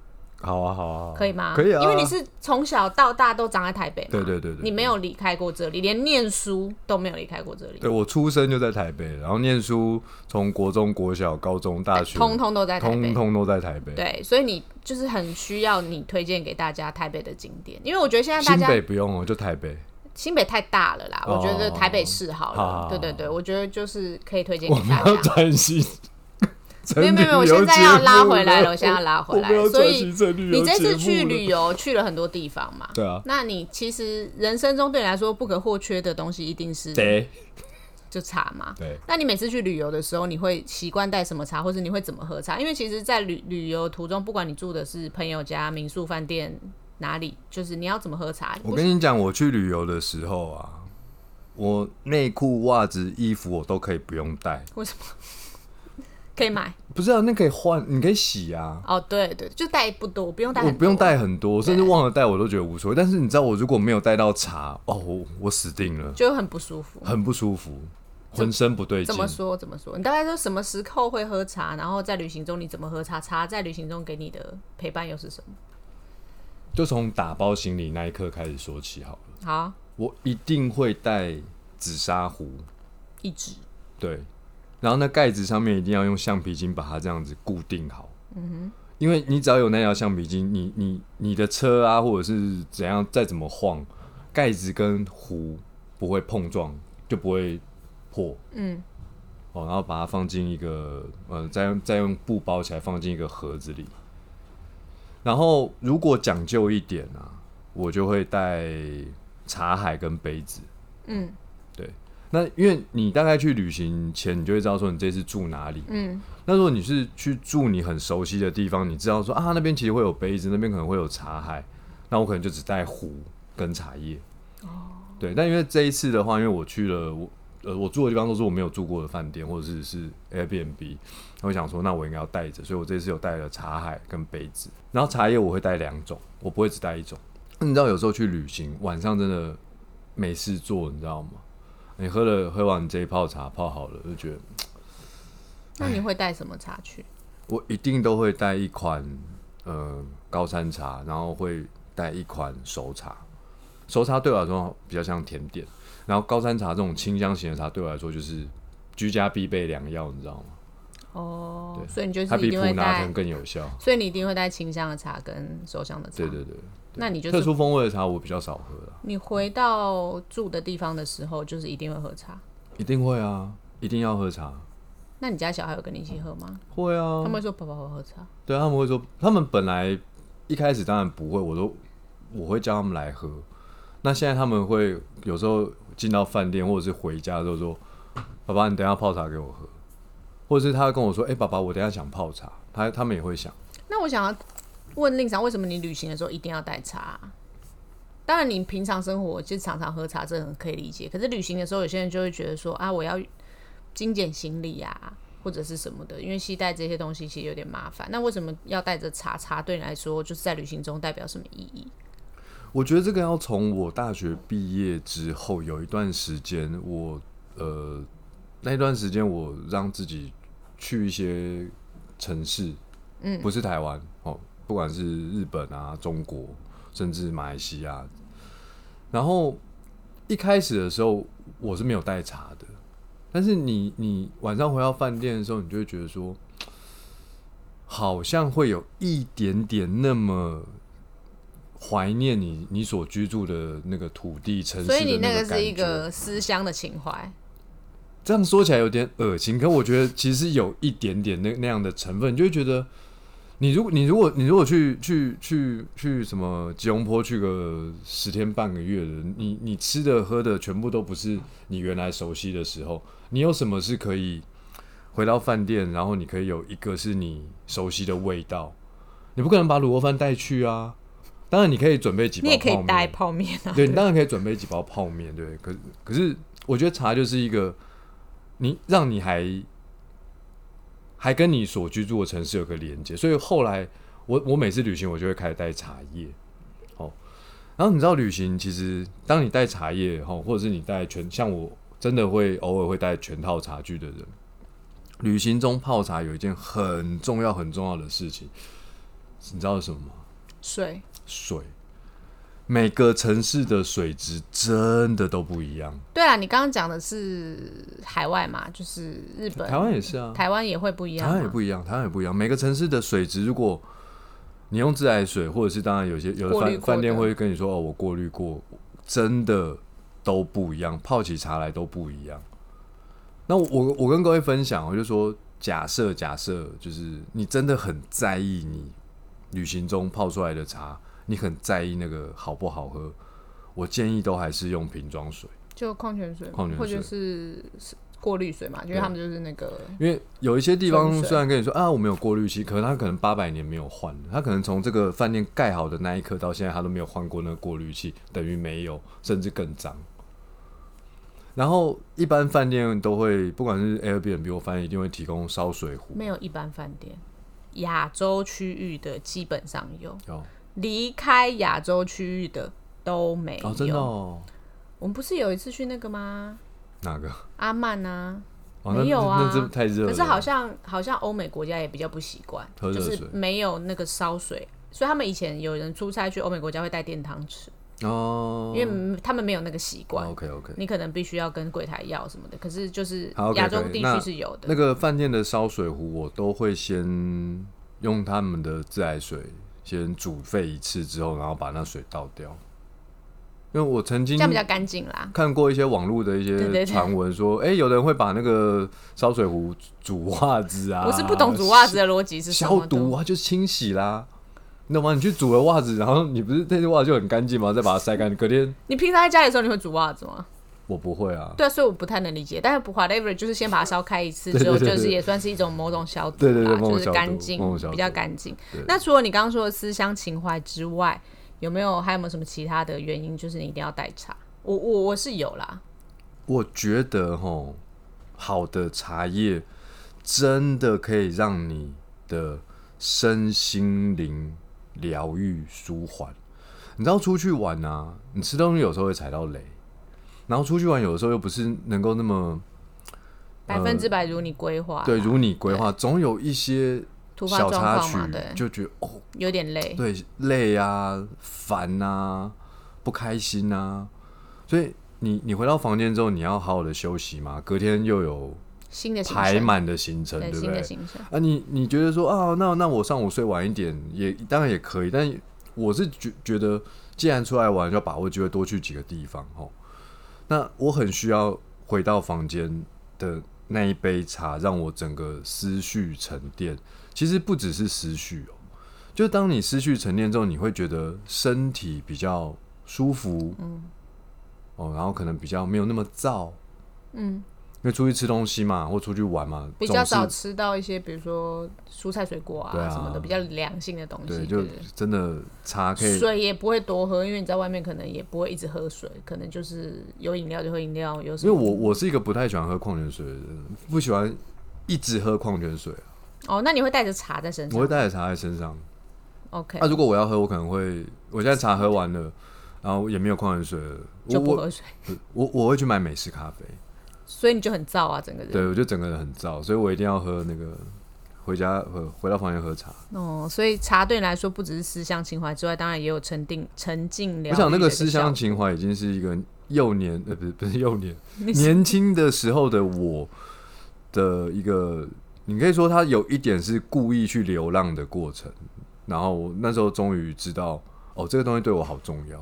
[SPEAKER 1] 好啊，好啊，好啊
[SPEAKER 2] 可以吗？
[SPEAKER 1] 可以啊，
[SPEAKER 2] 因为你是从小到大都长在台北嘛。
[SPEAKER 1] 对对对对
[SPEAKER 2] 你没有离开过这里，连念书都没有离开过这里
[SPEAKER 1] 对，我出生就在台北，然后念书从国中、国小、高中、大学，
[SPEAKER 2] 通通都在台
[SPEAKER 1] 通
[SPEAKER 2] 北。
[SPEAKER 1] 通都在台北。
[SPEAKER 2] 对，所以你就是很需要你推荐给大家台北的景点，因为我觉得现在大
[SPEAKER 1] 新
[SPEAKER 2] 家
[SPEAKER 1] 北不用哦，就台北。
[SPEAKER 2] 新北太大了啦，
[SPEAKER 1] 哦
[SPEAKER 2] 我觉得台北市好了。
[SPEAKER 1] 好好好
[SPEAKER 2] 对对对，我觉得就是可以推荐
[SPEAKER 1] 我
[SPEAKER 2] 给
[SPEAKER 1] 们
[SPEAKER 2] 大
[SPEAKER 1] 要
[SPEAKER 2] 家。
[SPEAKER 1] 转型。
[SPEAKER 2] 没有没有没有，我现在要拉回来了，我现在要拉回来
[SPEAKER 1] 我们。要
[SPEAKER 2] 所
[SPEAKER 1] 转
[SPEAKER 2] 以
[SPEAKER 1] 型成旅游
[SPEAKER 2] 你这次
[SPEAKER 1] 节目
[SPEAKER 2] 去
[SPEAKER 1] 了
[SPEAKER 2] 旅游去了很多地方嘛？
[SPEAKER 1] 对啊，
[SPEAKER 2] 那你其实人生中对你来说不可或缺的东西一定是
[SPEAKER 1] 对
[SPEAKER 2] 就茶嘛。
[SPEAKER 1] 对，
[SPEAKER 2] 那你每次去旅游的时候，你会习惯带什么茶，或者你会怎么喝茶？因为其实，在旅旅游途中，不管你住的是朋友家、民宿、饭店哪里，就是你要怎么喝茶。
[SPEAKER 1] 我
[SPEAKER 2] 不是
[SPEAKER 1] 跟你讲，我去旅游的时候啊，我内裤、袜子、衣服我都可以不用带，
[SPEAKER 2] 为什么 可以买？
[SPEAKER 1] 不是啊，那可以换，你可以洗啊。
[SPEAKER 2] 哦，对对，就带不多，不用带，
[SPEAKER 1] 我不用。带很多，甚至忘了带我都觉得无所谓。但是你知道，我如果没有带到茶，哦，我我死定了，
[SPEAKER 2] 就很不舒服，
[SPEAKER 1] 很不舒服。浑身不对
[SPEAKER 2] 怎
[SPEAKER 1] 劲。
[SPEAKER 2] 么说怎么说？你大概说什么时候会喝茶？然后在旅行中你怎么喝茶？茶在旅行中给你的陪伴又是什么？
[SPEAKER 1] 就从打包行李那一刻开始说起好了。
[SPEAKER 2] 好，
[SPEAKER 1] 我一定会带紫砂壶，
[SPEAKER 2] 一直
[SPEAKER 1] 对，然后那盖子上面一定要用橡皮筋把它这样子固定好。嗯哼，因为你只要有那条橡皮筋，你你你的车啊，或者是怎样，再怎么晃，盖子跟壶不会碰撞，就不会破。
[SPEAKER 2] 嗯，
[SPEAKER 1] 哦，然后把它放进一个呃，再用再用布包起来，放进一个盒子里。然后如果讲究一点啊，我就会带茶海跟杯子。
[SPEAKER 2] 嗯
[SPEAKER 1] 对，那因为你大概去旅行前，你就会知道说你这次住哪里。
[SPEAKER 2] 嗯
[SPEAKER 1] 那如果你是去住你很熟悉的地方，你知道说啊那边其实会有杯子，那边可能会有茶海，那我可能就只带壶跟茶叶。哦，对，但因为这一次的话，因为我去了我呃我住的地方都是我没有住过的饭店或者是是 Airbnb，那我想说那我应该要带着，所以我这次有带了茶海跟杯子，然后茶叶我会带两种，我不会只带一种。你知道有时候去旅行晚上真的没事做，你知道吗？你喝了喝完这一泡茶泡好了，就觉得
[SPEAKER 2] 那你会带什么茶去？
[SPEAKER 1] 我一定都会带一款呃高山茶，然后会带一款熟茶。熟茶对我来说比较像甜点，然后高山茶这种清香型的茶对我来说就是居家必备良药，你知道吗？
[SPEAKER 2] 哦，所以你就
[SPEAKER 1] 它
[SPEAKER 2] 是
[SPEAKER 1] 比
[SPEAKER 2] 一定
[SPEAKER 1] 普
[SPEAKER 2] 会
[SPEAKER 1] 拿
[SPEAKER 2] 带
[SPEAKER 1] 藤，更有效。
[SPEAKER 2] 所以你一定会带清香的茶跟手香的茶。
[SPEAKER 1] 对对对，
[SPEAKER 2] 那你就
[SPEAKER 1] 特
[SPEAKER 2] 是嗯
[SPEAKER 1] 殊风味的茶我比较少喝啦，
[SPEAKER 2] 你回到住的地方的时候，就是一定会喝茶。
[SPEAKER 1] 一定会啊，一定要喝茶，
[SPEAKER 2] 那你家小孩有跟你一起喝吗？
[SPEAKER 1] 会啊
[SPEAKER 2] 他，们会说：“爸爸，我要喝茶。
[SPEAKER 1] 对他们会说，他们本来一开始当然不会，我都我会叫他们来喝。那现在他们会有时候进到饭店或者是回家的时候说：“爸爸，你等一下泡茶给我喝。”或者是他跟我说：“哎、爸爸，我等一下想泡茶。他”他们也会想，”
[SPEAKER 2] 那我想要问令长，为什么你旅行的时候一定要带茶啊？当然，你平常生活就常常喝茶，这很可以理解。可是旅行的时候，有些人就会觉得说：“啊，我要精简行李啊，或者是什么的，因为携带这些东西其实有点麻烦。”那为什么要带着茶？茶对你来说，就是在旅行中代表什么意义？
[SPEAKER 1] 我觉得这个要从我大学毕业之后有一段时间，我呃那一段时间我让自己去一些城市，
[SPEAKER 2] 嗯
[SPEAKER 1] 不是台湾哦，不管是日本啊、中国，甚至马来西亚。然后一开始的时候我是没有带茶的，但是你你晚上回到饭店的时候，你就会觉得说，好像会有一点点那么。怀念你你所居住的那个土地城市的
[SPEAKER 2] 所以你那
[SPEAKER 1] 个
[SPEAKER 2] 个
[SPEAKER 1] 感
[SPEAKER 2] 是一
[SPEAKER 1] 觉
[SPEAKER 2] 个思乡的情怀。
[SPEAKER 1] 这样说起来有点恶心，可我觉得其实有一点点那那样的成分，你就会觉得你如果你如果你如果去去去去什么吉隆坡去个十天半个月的，你你吃的喝的全部都不是你原来熟悉的时候，你有什么是可以回到饭店，然后你可以有一个是你熟悉的味道？你不可能把卤肉饭带去啊，当然你可以准备几包
[SPEAKER 2] 你
[SPEAKER 1] 泡
[SPEAKER 2] 也可以
[SPEAKER 1] 面
[SPEAKER 2] 带泡面啊。
[SPEAKER 1] 对，你当然可以准备几包泡面，对。可可是，我觉得茶就是一个，你让你还还跟你所居住的城市有个连接，所以后来我我每次旅行我就会开始带茶叶，哦。然后你知道旅行其实，当你带茶叶哦，或者是你带全，像我真的会偶尔会带全套茶具的人，旅行中泡茶有一件很重要很重要的事情，你知道是什么吗？
[SPEAKER 2] 水
[SPEAKER 1] 水，每个城市的水质真的都不一样。
[SPEAKER 2] 对啊，你刚刚讲的是海外嘛，就是日本、
[SPEAKER 1] 台湾也是啊，
[SPEAKER 2] 台湾也会不一样
[SPEAKER 1] 台
[SPEAKER 2] 吗，
[SPEAKER 1] 湾也不一样，啊台湾也不一样。每个城市的水质，如果你用自来水，或者是当然有些有的
[SPEAKER 2] 过滤
[SPEAKER 1] 饭
[SPEAKER 2] 过的
[SPEAKER 1] 饭店会跟你说哦，我过滤过，真的都不一样，泡起茶来都不一样。那我我我跟各位分享，哦我就说假设假设，就是你真的很在意你旅行中泡出来的茶，你很在意那个好不好喝，我建议都还是用瓶装水。
[SPEAKER 2] 就矿泉水，
[SPEAKER 1] 矿泉
[SPEAKER 2] 或者
[SPEAKER 1] 水
[SPEAKER 2] 是是过滤水嘛，因为他们就是那个
[SPEAKER 1] 因为有一些地
[SPEAKER 2] 纯
[SPEAKER 1] 方
[SPEAKER 2] 水
[SPEAKER 1] 虽然跟你说啊，我们有过滤器，可是它可能八百年没有换，它可能从这个饭店盖好的那一刻到现在，它都没有换过那个过滤器，等于没有，甚至更脏。然后一般饭店都会，不管是 Airbnb 或饭店，一定会提供烧水壶。
[SPEAKER 2] 没有一般饭店。亚洲区域的基本上有，
[SPEAKER 1] 哦，
[SPEAKER 2] 离开亚洲区域的都没有。
[SPEAKER 1] 哦，真的哦，
[SPEAKER 2] 我们不是有一次去那个吗？
[SPEAKER 1] 哪个？
[SPEAKER 2] 阿曼啊，
[SPEAKER 1] 哦，那
[SPEAKER 2] 没有啊
[SPEAKER 1] 那那这太热了。
[SPEAKER 2] 可是好像好像欧美国家也比较不习惯，
[SPEAKER 1] 喝热
[SPEAKER 2] 就
[SPEAKER 1] 水
[SPEAKER 2] 是没有那个烧水，所以他们以前有人出差去欧美国家会带电汤匙，
[SPEAKER 1] 哦，
[SPEAKER 2] 因为他们没有那个习惯。
[SPEAKER 1] OK OK，
[SPEAKER 2] 你可能必须要跟柜台要什么的，可是就是
[SPEAKER 1] 好，OK，
[SPEAKER 2] 亚洲
[SPEAKER 1] OK，
[SPEAKER 2] 地
[SPEAKER 1] 那
[SPEAKER 2] 区是有的。
[SPEAKER 1] 那个饭店的烧水壶我都会先用他们的自来水先煮沸一次之后，然后把那水倒掉。因为我曾经
[SPEAKER 2] 这样比较干净啦。
[SPEAKER 1] 看过一些网络的一
[SPEAKER 2] 对对对
[SPEAKER 1] 些传闻，说，哎、有人会把那个烧水壶煮袜子啊，
[SPEAKER 2] 我是不懂煮袜子的逻辑是什
[SPEAKER 1] 消
[SPEAKER 2] 么的，
[SPEAKER 1] 毒啊，就是清洗啦。你懂吗？你去煮了袜子，然后你不是那些袜子就很干净吗？再把它晒干，隔天
[SPEAKER 2] 你平常在家里的时候你会煮袜子吗？
[SPEAKER 1] 我不会啊。
[SPEAKER 2] 对啊，所以我不太能理解。但是不 whatever 就是先把它烧开一次
[SPEAKER 1] 对
[SPEAKER 2] 之后，
[SPEAKER 1] 对对
[SPEAKER 2] 就是
[SPEAKER 1] 对
[SPEAKER 2] 也算是一种某种消毒
[SPEAKER 1] 对
[SPEAKER 2] 啦，
[SPEAKER 1] 对对某种
[SPEAKER 2] 就是
[SPEAKER 1] 消毒
[SPEAKER 2] 干
[SPEAKER 1] 某
[SPEAKER 2] 净，
[SPEAKER 1] 种消毒
[SPEAKER 2] 比较干净
[SPEAKER 1] 对。
[SPEAKER 2] 那除了你刚刚说的思乡情怀之外，有没有还有没有什么其他的原因？就是你一定要带茶？我我我是有啦，
[SPEAKER 1] 我觉得吼，好的茶叶真的可以让你的身心灵疗愈舒缓。你知道出去玩啊，你吃东西有时候会踩到雷，然后出去玩有的时候又不是能够那么
[SPEAKER 2] 百分之百如你规划啦，
[SPEAKER 1] 嗯对如你规划，总有一些
[SPEAKER 2] 啊突发
[SPEAKER 1] 小
[SPEAKER 2] 状
[SPEAKER 1] 插
[SPEAKER 2] 况
[SPEAKER 1] 曲
[SPEAKER 2] 嘛，对，
[SPEAKER 1] 就觉得哦，
[SPEAKER 2] 有点累。
[SPEAKER 1] 对，累啊，烦啊，不开心啊，所以你你回到房间之后，你要好好的休息嘛，隔天又有
[SPEAKER 2] 新的行
[SPEAKER 1] 排
[SPEAKER 2] 程，
[SPEAKER 1] 满的行程，
[SPEAKER 2] 对
[SPEAKER 1] 对不
[SPEAKER 2] 新的
[SPEAKER 1] 对？
[SPEAKER 2] 行程，
[SPEAKER 1] 啊你，你觉得说啊，那那我上午睡晚一点也当然也可以，但我是觉觉得，既然出来玩，就要把握机会多去几个地方哦。那我很需要回到房间的那一杯茶，让我整个思绪沉淀。其实不只是思绪哦，就当你思绪沉淀之后，你会觉得身体比较舒服，嗯，哦，然后可能比较没有那么燥，
[SPEAKER 2] 嗯，
[SPEAKER 1] 因为出去吃东西嘛，或出去玩嘛，
[SPEAKER 2] 比较
[SPEAKER 1] 总是
[SPEAKER 2] 少吃到一些比如说蔬菜水果
[SPEAKER 1] 对啊
[SPEAKER 2] 啊什么的比较良性的东西，
[SPEAKER 1] 对，
[SPEAKER 2] 对
[SPEAKER 1] 就
[SPEAKER 2] 对对
[SPEAKER 1] 真的茶可以
[SPEAKER 2] 水也不会多喝，因为你在外面可能也不会一直喝水，可能就是有饮料就喝饮料，有什
[SPEAKER 1] 因为
[SPEAKER 2] 么
[SPEAKER 1] 我我是一个不太喜欢喝矿泉水的人，不喜欢一直喝矿泉水，
[SPEAKER 2] 哦，那你会带着茶在身
[SPEAKER 1] 我
[SPEAKER 2] 上
[SPEAKER 1] 会带着茶在身上。啊
[SPEAKER 2] ？OK，、
[SPEAKER 1] 那、如果我要喝，我可能会，我现在茶喝完了，然后也没有矿泉水了，
[SPEAKER 2] 就
[SPEAKER 1] 我
[SPEAKER 2] 不
[SPEAKER 1] 我
[SPEAKER 2] 喝水，
[SPEAKER 1] 我我会去买美式咖啡，
[SPEAKER 2] 所以你就很燥啊，整个人。
[SPEAKER 1] 对我就整个人很燥，所以我一定要喝那个回家回回到房间喝茶。
[SPEAKER 2] 哦，所以茶对你来说不只是思乡情怀之外，当然也有沉定、沉静疗愈
[SPEAKER 1] 我想
[SPEAKER 2] 的一效果。
[SPEAKER 1] 那个思乡情怀已经是一个幼年呃不是不是幼年，
[SPEAKER 2] 你是
[SPEAKER 1] 年轻的时候的我的一个，你可以说他有一点是故意去流浪的过程。然后我那时候终于知道，哦，这个东西对我好重要。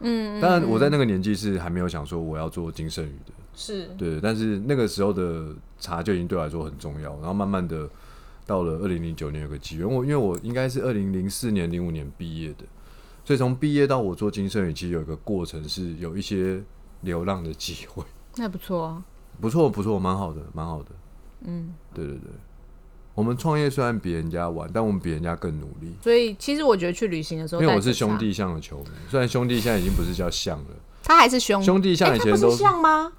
[SPEAKER 2] 嗯，嗯
[SPEAKER 1] 当然，我在那个年纪是还没有想说我要做金圣宇的，
[SPEAKER 2] 是
[SPEAKER 1] 对。但是那个时候的茶就已经对我来说很重要。然后慢慢的到了二零零九年有个机缘，我因为我应该是二零零四年、零五年毕业的，所以从毕业到我做金圣宇，其实有一个过程是有一些流浪的机会。
[SPEAKER 2] 那不错啊，
[SPEAKER 1] 不错，不错，蛮好的，蛮好的。
[SPEAKER 2] 嗯，
[SPEAKER 1] 对对对，我们创业虽然比人家晚，但我们比人家更努力。
[SPEAKER 2] 所以其实我觉得去旅行的时
[SPEAKER 1] 因
[SPEAKER 2] 候，
[SPEAKER 1] 为我是兄，弟象的球迷，虽然兄弟现在已经不是叫象了，
[SPEAKER 2] 他还是兄
[SPEAKER 1] 兄弟象以前
[SPEAKER 2] 哎他
[SPEAKER 1] 都
[SPEAKER 2] 不是象吗？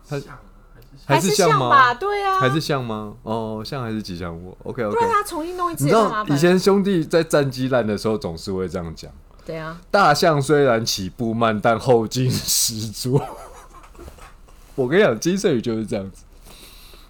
[SPEAKER 2] 还
[SPEAKER 1] 是
[SPEAKER 2] 像吧？
[SPEAKER 1] 吗？
[SPEAKER 2] 对啊，
[SPEAKER 1] 还是象吗？哦，象还是吉祥物？OK
[SPEAKER 2] 不
[SPEAKER 1] OK
[SPEAKER 2] 然。他重新弄一次
[SPEAKER 1] 你知
[SPEAKER 2] 也干嘛
[SPEAKER 1] 道
[SPEAKER 2] 本来？
[SPEAKER 1] 以前兄弟在战绩烂的时候，总是会这样讲：
[SPEAKER 2] 对啊，
[SPEAKER 1] 大象虽然起步慢，但后劲十足。 我跟你讲，金圣宇就是这样子。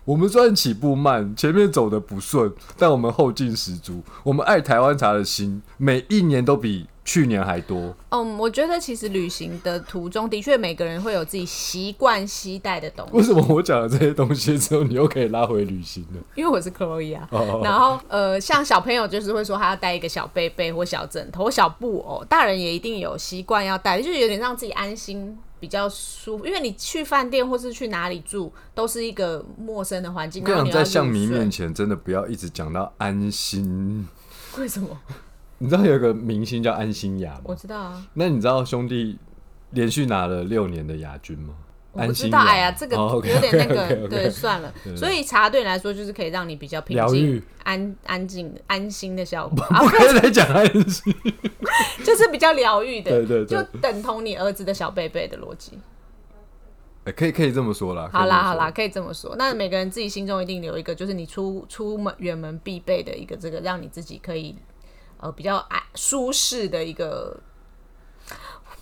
[SPEAKER 1] 我们虽然起步慢，前面走的不顺，但我们后劲十足。我们爱台湾茶的心，每一年都比去年还多。
[SPEAKER 2] 嗯，我觉得其实旅行的途中，的确每个人会有自己习惯携带的东西。
[SPEAKER 1] 为什么我讲了这些东西之后，你又可以拉回旅行呢？
[SPEAKER 2] 因为我是 Chloe 啊，
[SPEAKER 1] 哦
[SPEAKER 2] 然后呃，像小朋友就是会说他要带一个小被被或小枕头、小布偶，大人也一定有习惯要带，就是有点让自己安心。比较舒服，因为你去饭店或是去哪里住，都是一个陌生的环境。
[SPEAKER 1] 我跟你
[SPEAKER 2] 然后
[SPEAKER 1] 讲，
[SPEAKER 2] 你要
[SPEAKER 1] 在象迷
[SPEAKER 2] 入睡
[SPEAKER 1] 面前，真的不要一直讲到安心。
[SPEAKER 2] 为什么？
[SPEAKER 1] 你知道有一个明星叫安心雅
[SPEAKER 2] 我
[SPEAKER 1] 吗？
[SPEAKER 2] 知道啊，
[SPEAKER 1] 那你知道兄弟连续拿了六年的亚军吗？
[SPEAKER 2] 我不
[SPEAKER 1] 安
[SPEAKER 2] 知
[SPEAKER 1] 心
[SPEAKER 2] 道。
[SPEAKER 1] 亚
[SPEAKER 2] 哎呀，这个
[SPEAKER 1] 哦
[SPEAKER 2] 有
[SPEAKER 1] ，OK，
[SPEAKER 2] 点那
[SPEAKER 1] OK，OK，OK
[SPEAKER 2] 个，对，算了。所以茶对你来说，就是可以让你比较平
[SPEAKER 1] 疗愈
[SPEAKER 2] 静、安安静、安心的效果 啊
[SPEAKER 1] 不，要再讲安心。
[SPEAKER 2] 就是比较疗愈的，
[SPEAKER 1] 对对对
[SPEAKER 2] 就等同你儿子的小贝贝的逻辑。
[SPEAKER 1] 哎可以可以这么说啦。
[SPEAKER 2] 好啦好啦，
[SPEAKER 1] 可
[SPEAKER 2] 可以这么说。那每个人自己心中一定有一个，就是你出出门远门必备的一个这个，让你自己可以呃比较安舒适的一个。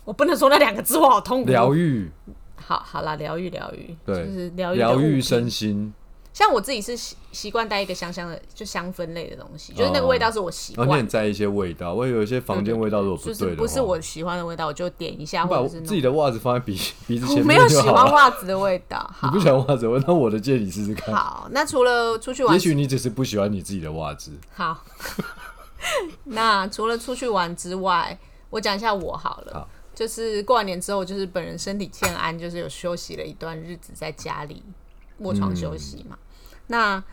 [SPEAKER 2] 我不能说那两个字，我好痛
[SPEAKER 1] 以这么说
[SPEAKER 2] 苦。
[SPEAKER 1] 疗愈，
[SPEAKER 2] 好好啦，疗愈疗愈，
[SPEAKER 1] 对
[SPEAKER 2] 就是疗愈的
[SPEAKER 1] 疗
[SPEAKER 2] 物
[SPEAKER 1] 愈
[SPEAKER 2] 品
[SPEAKER 1] 身心。
[SPEAKER 2] 像我自己是习习惯带一个香香的，就香氛类的东西，就是那个
[SPEAKER 1] 哦
[SPEAKER 2] 味道是我习
[SPEAKER 1] 然
[SPEAKER 2] 惯
[SPEAKER 1] 后你很在意一些味道，我有一些房间味道如果不
[SPEAKER 2] 就
[SPEAKER 1] 对的话，
[SPEAKER 2] 是不是我喜欢的味道，我就点一下
[SPEAKER 1] 你把
[SPEAKER 2] 或
[SPEAKER 1] 我
[SPEAKER 2] 者是
[SPEAKER 1] 自己的袜子放在鼻鼻子
[SPEAKER 2] 弄
[SPEAKER 1] 前 面
[SPEAKER 2] 我没 有
[SPEAKER 1] 就
[SPEAKER 2] 喜
[SPEAKER 1] 好
[SPEAKER 2] 欢
[SPEAKER 1] 了。
[SPEAKER 2] 袜子的味道。
[SPEAKER 1] 你
[SPEAKER 2] 好
[SPEAKER 1] 不喜欢袜子，我那我的借你试试看。
[SPEAKER 2] 好，那除了出去玩
[SPEAKER 1] 也，许你只是不喜欢你自己的袜子。
[SPEAKER 2] 好， 那除了出去玩之外，我讲一下我好了。
[SPEAKER 1] 好
[SPEAKER 2] 就是过完年之后，就是本人身体欠安，就是有休息了一段日子，在家里卧床休息嘛。那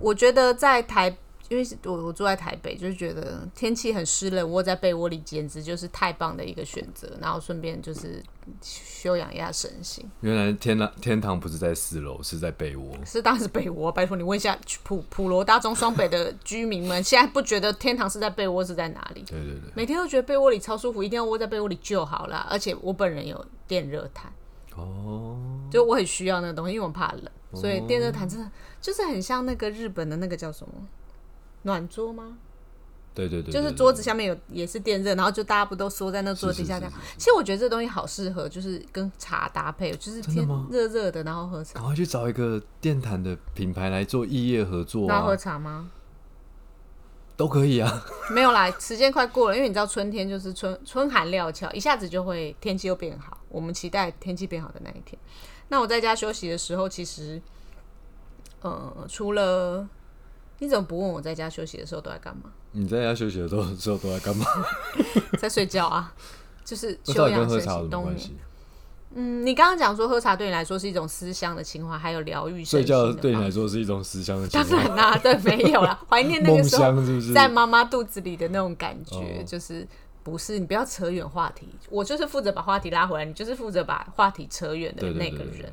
[SPEAKER 2] 我觉得在台，因为是我我住在台北，就是觉得天气很湿冷，窝在被窝里简直就是太棒的一个选择。然后顺便就是休养一下身心，
[SPEAKER 1] 原来天堂天堂不是在四楼，是在被窝。
[SPEAKER 2] 是当然是北窝。拜托你问一下普普罗大众双北的居民们，现在不觉得天堂是在被窝是在哪里？
[SPEAKER 1] 对对对，
[SPEAKER 2] 每天都觉得被窝里超舒服，一定要窝在被窝里就好啦。而且我本人有电热毯，
[SPEAKER 1] 哦，
[SPEAKER 2] 就我很需要那个东西，因为我怕冷，所以电热毯真的就是很像那个日本的那个叫什么暖桌吗？
[SPEAKER 1] 对对对，
[SPEAKER 2] 就是
[SPEAKER 1] 对
[SPEAKER 2] 桌子下面有也是电热，然后就大家不都缩在那桌子底下
[SPEAKER 1] 是
[SPEAKER 2] 这
[SPEAKER 1] 是
[SPEAKER 2] 样。其实我觉得这东西好适合，就是跟茶搭配，就是
[SPEAKER 1] 真的
[SPEAKER 2] 天
[SPEAKER 1] 吗
[SPEAKER 2] 热热的，然后喝茶。
[SPEAKER 1] 赶快去找一个电毯的品牌来做异业合作
[SPEAKER 2] 那要喝
[SPEAKER 1] 啊，
[SPEAKER 2] 茶吗？
[SPEAKER 1] 都可以啊。
[SPEAKER 2] 没有啦，时间快过了，因为你知道春天就是春春寒料峭，一下子就会天气又变好。我们期待天气变好的那一天。那我在家休息的时候，其实，呃，除了你怎么不问我在家休息的时候都在干嘛？
[SPEAKER 1] 你在家休息的时候时候都在干嘛？
[SPEAKER 2] 在睡觉啊， 就是
[SPEAKER 1] 那
[SPEAKER 2] 休
[SPEAKER 1] 到底跟
[SPEAKER 2] 养
[SPEAKER 1] 喝
[SPEAKER 2] 身
[SPEAKER 1] 茶有
[SPEAKER 2] 心
[SPEAKER 1] 什么
[SPEAKER 2] 冬
[SPEAKER 1] 关
[SPEAKER 2] 眠。
[SPEAKER 1] 系？
[SPEAKER 2] 嗯，你刚刚讲说喝茶对你来说是一种思乡的情怀，还有疗愈身
[SPEAKER 1] 睡
[SPEAKER 2] 心的
[SPEAKER 1] 觉对你
[SPEAKER 2] 方
[SPEAKER 1] 来
[SPEAKER 2] 式
[SPEAKER 1] 说是一种思乡的情
[SPEAKER 2] 当
[SPEAKER 1] 怀，
[SPEAKER 2] 然啦、对，没有啦，怀念那个
[SPEAKER 1] 梦
[SPEAKER 2] 时候
[SPEAKER 1] 乡是不是？
[SPEAKER 2] 在妈妈肚子里的那种感觉，
[SPEAKER 1] 哦
[SPEAKER 2] 就是不是你不要扯远话题，我就是负责把话题拉回来，你就是负责把话题扯远的
[SPEAKER 1] 对对
[SPEAKER 2] 那
[SPEAKER 1] 对
[SPEAKER 2] 个人。
[SPEAKER 1] 对对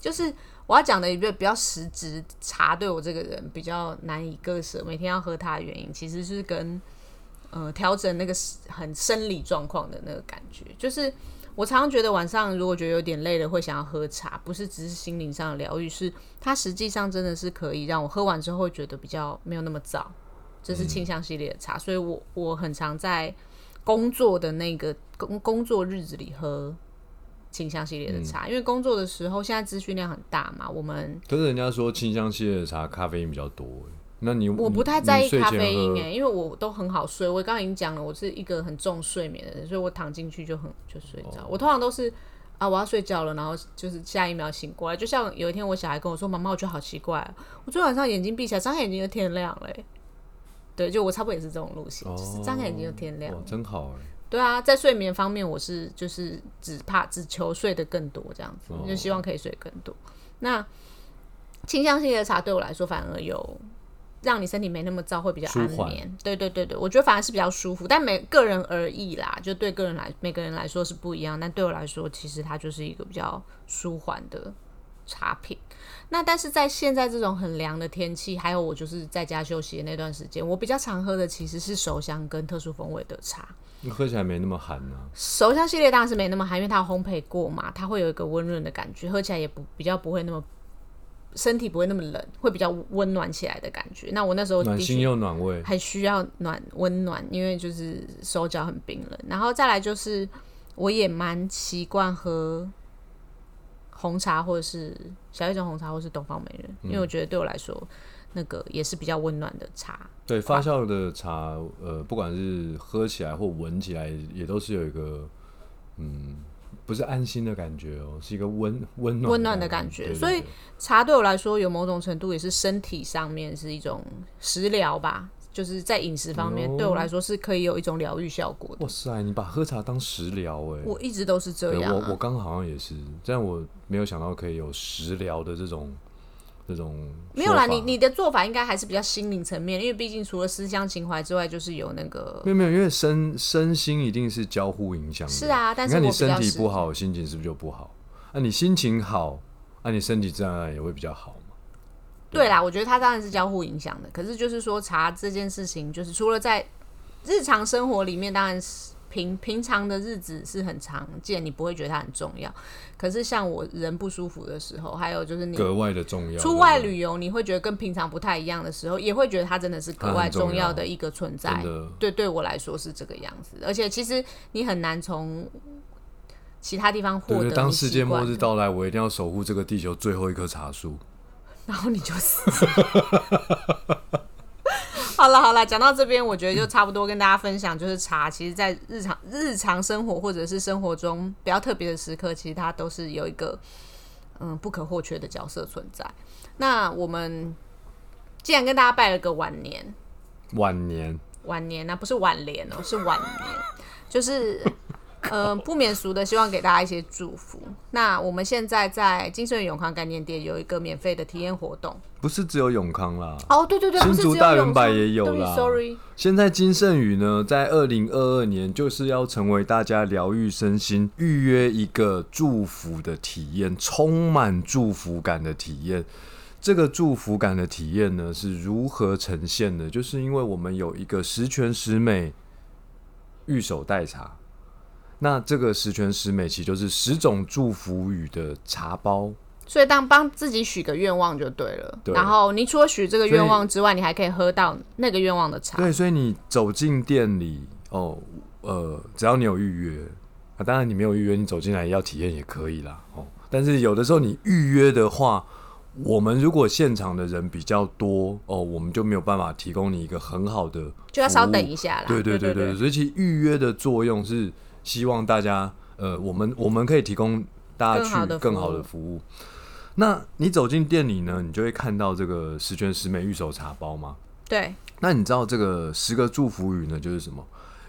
[SPEAKER 2] 就是我要讲的一个比较实质，茶对我这个人比较难以割舍，每天要喝它的原因，其实是跟呃调整那个很生理状况的那个感觉，就是。我常常觉得晚上如果觉得有点累了，会想要喝茶，不是只是心灵上的疗愈，是它实际上真的是可以让我喝完之后会觉得比较没有那么燥，这是清香系列的茶，所以我我很常在工作的那个工工作日子里喝清香系列的茶，
[SPEAKER 1] 嗯
[SPEAKER 2] 因为工作的时候现在资讯量很大嘛，我们
[SPEAKER 1] 可是人家说清香系列的茶咖啡因比较多欸，那你
[SPEAKER 2] 我不太在意
[SPEAKER 1] 你嗯睡
[SPEAKER 2] 咖
[SPEAKER 1] 前
[SPEAKER 2] 啡因
[SPEAKER 1] 喝
[SPEAKER 2] 欸诶、因为我都很好睡。我刚刚已经讲了，我是一个很重睡眠的人，所以我躺进去就很就睡
[SPEAKER 1] 哦
[SPEAKER 2] 着。我通常都是啊，我要睡觉了，然后就是下一秒醒过来。就像有一天我小孩跟我说：“妈妈，我觉得好奇怪哦、我昨天晚上眼睛闭起来，张开眼睛就天亮了欸、对，就我差不多也是这种路线，就是张开眼睛就天亮
[SPEAKER 1] 哦
[SPEAKER 2] 了
[SPEAKER 1] 哇，真好哎。
[SPEAKER 2] 对啊，在睡眠方面，我是就是只怕只求睡得更多这样子，
[SPEAKER 1] 哦
[SPEAKER 2] 就希望可以睡更多。那清香系的茶对我来说，反而有让你身体没那么燥，会比较
[SPEAKER 1] 舒
[SPEAKER 2] 安
[SPEAKER 1] 缓
[SPEAKER 2] 眠。对对对对，我觉得反而是比较舒服，但每个人而异啦，就对个人来每个人来说是不一样。但对我来说，其实它就是一个比较舒缓的茶品。那但是在现在这种很凉的天气，还有我就是在家休息的那段时间，我比较常喝的其实是熟香跟特殊风味的茶。
[SPEAKER 1] 喝起来没那么寒啊，
[SPEAKER 2] 熟香系列当然是没那么寒，因为它有烘焙过嘛，它会有一个温润的感觉，喝起来也不比较不会那么身体不会那么冷，会比较温暖起来的感觉。那我那时候
[SPEAKER 1] 暖
[SPEAKER 2] 的
[SPEAKER 1] 心
[SPEAKER 2] 确
[SPEAKER 1] 又暖胃。
[SPEAKER 2] 还需要暖温暖，因为就是手脚很冰冷。然后再来就是，我也蛮习惯喝红茶或者是小叶种红茶或是东方美人，因为我觉得对我来说那个也是比较温暖的茶。
[SPEAKER 1] 对，发酵的茶，呃，不管是喝起来或闻起来，也都是有一个，嗯，不是安心的感觉哦，是一个温温暖
[SPEAKER 2] 温暖的感觉
[SPEAKER 1] 对对
[SPEAKER 2] 所以
[SPEAKER 1] 对
[SPEAKER 2] 茶对我来说，有某种程度也是身体上面是一种食疗吧，就是在饮食方面、
[SPEAKER 1] 哦
[SPEAKER 2] 对我来说是可以有一种疗愈效果的。
[SPEAKER 1] 哇塞，你把喝茶当食疗哎。
[SPEAKER 2] 我一直都是这
[SPEAKER 1] 对
[SPEAKER 2] 样、
[SPEAKER 1] 我我
[SPEAKER 2] 啊，
[SPEAKER 1] 刚刚好像也是，但我没有想到可以有食疗的这种这种
[SPEAKER 2] 没有啦，
[SPEAKER 1] 说
[SPEAKER 2] 你
[SPEAKER 1] 法
[SPEAKER 2] 你的做法应该还是比较心灵层面，因为毕竟除了思乡情怀之外，就是有那个
[SPEAKER 1] 没有没有，因为身身心一定是交互影响的。
[SPEAKER 2] 是啊但是
[SPEAKER 1] 你看
[SPEAKER 2] 我
[SPEAKER 1] 你
[SPEAKER 2] 比较
[SPEAKER 1] 身体
[SPEAKER 2] 是
[SPEAKER 1] 不好，心情是不是就不好？啊，你心情好，啊，你身体自然而然也会比较好嘛。
[SPEAKER 2] 对啦，我觉得它当然是交互影响的。可是就是说，茶这件事情，就是除了在日常生活里面，当然是平平常的日子是很常见，你不会觉得它很重要。可是像我人不舒服的时候，还有就是你
[SPEAKER 1] 格外的重要。
[SPEAKER 2] 出外
[SPEAKER 1] 对
[SPEAKER 2] 旅游，你会觉得跟平常不太一样的时候，也会觉得它真的是格外重要的一个存
[SPEAKER 1] 它
[SPEAKER 2] 在
[SPEAKER 1] 很重要真的。
[SPEAKER 2] 对，对我来说是这个样子。而且其实你很难从其他地方获
[SPEAKER 1] 对
[SPEAKER 2] 得
[SPEAKER 1] 对，
[SPEAKER 2] 你
[SPEAKER 1] 当世界
[SPEAKER 2] 习惯
[SPEAKER 1] 末日
[SPEAKER 2] 的，
[SPEAKER 1] 到来，我一定要守护这个地球最后一棵茶树。
[SPEAKER 2] 然后你就死了。 好了好了，讲到这边，我觉得就差不多跟大家分享，就是茶，其实在日常日常生活或者是生活中比较特别的时刻，其实它都是有一个嗯不可或缺的角色存在。那我们既然跟大家拜了个晚年，
[SPEAKER 1] 晚年，
[SPEAKER 2] 晚年啊，不是晚年哦，是晚年，就是 呃不免俗的，希望给大家一些祝福。那我们现在在金顺永康概念店有一个免费的体验活动
[SPEAKER 1] 不是只有永康啦，
[SPEAKER 2] 哦，对对对，不是
[SPEAKER 1] 新竹
[SPEAKER 2] 只有
[SPEAKER 1] 大
[SPEAKER 2] 永
[SPEAKER 1] 圆柏
[SPEAKER 2] 康
[SPEAKER 1] 也有
[SPEAKER 2] 对不起
[SPEAKER 1] 啦
[SPEAKER 2] Sorry，
[SPEAKER 1] 现在金圣宇呢，在二零二二年就是要成为大家疗愈身心、预约一个祝福的体验，充满祝福感的体验。这个祝福感的体验呢，是如何呈现的？就是因为我们有一个十全十美御手代茶，那这个十全十美其实就是十种祝福语的茶包。
[SPEAKER 2] 所以当帮自己许个愿望就对了。
[SPEAKER 1] 对
[SPEAKER 2] 然后你除了许这个愿
[SPEAKER 1] 所以
[SPEAKER 2] 望之外，你还可以喝到那个愿望的茶。
[SPEAKER 1] 对，所以你走进店里哦，呃，只要你有预约啊，当然你没有预约，你走进来要体验也可以啦哦。但是有的时候你预约的话，我们如果现场的人比较多哦，我们就没有办法提供你一个很好的服务，
[SPEAKER 2] 就要稍等一下啦。
[SPEAKER 1] 对
[SPEAKER 2] 对
[SPEAKER 1] 对对对，所以其实预约的作用是希望大家，呃，我们我们可以提供大家
[SPEAKER 2] 更好的
[SPEAKER 1] 去
[SPEAKER 2] 服务
[SPEAKER 1] 更好的服务。那你走进店里呢，你就会看到这个十全十美御手茶包吗？
[SPEAKER 2] 对
[SPEAKER 1] 那你知道这个十个祝福语呢，就是什么？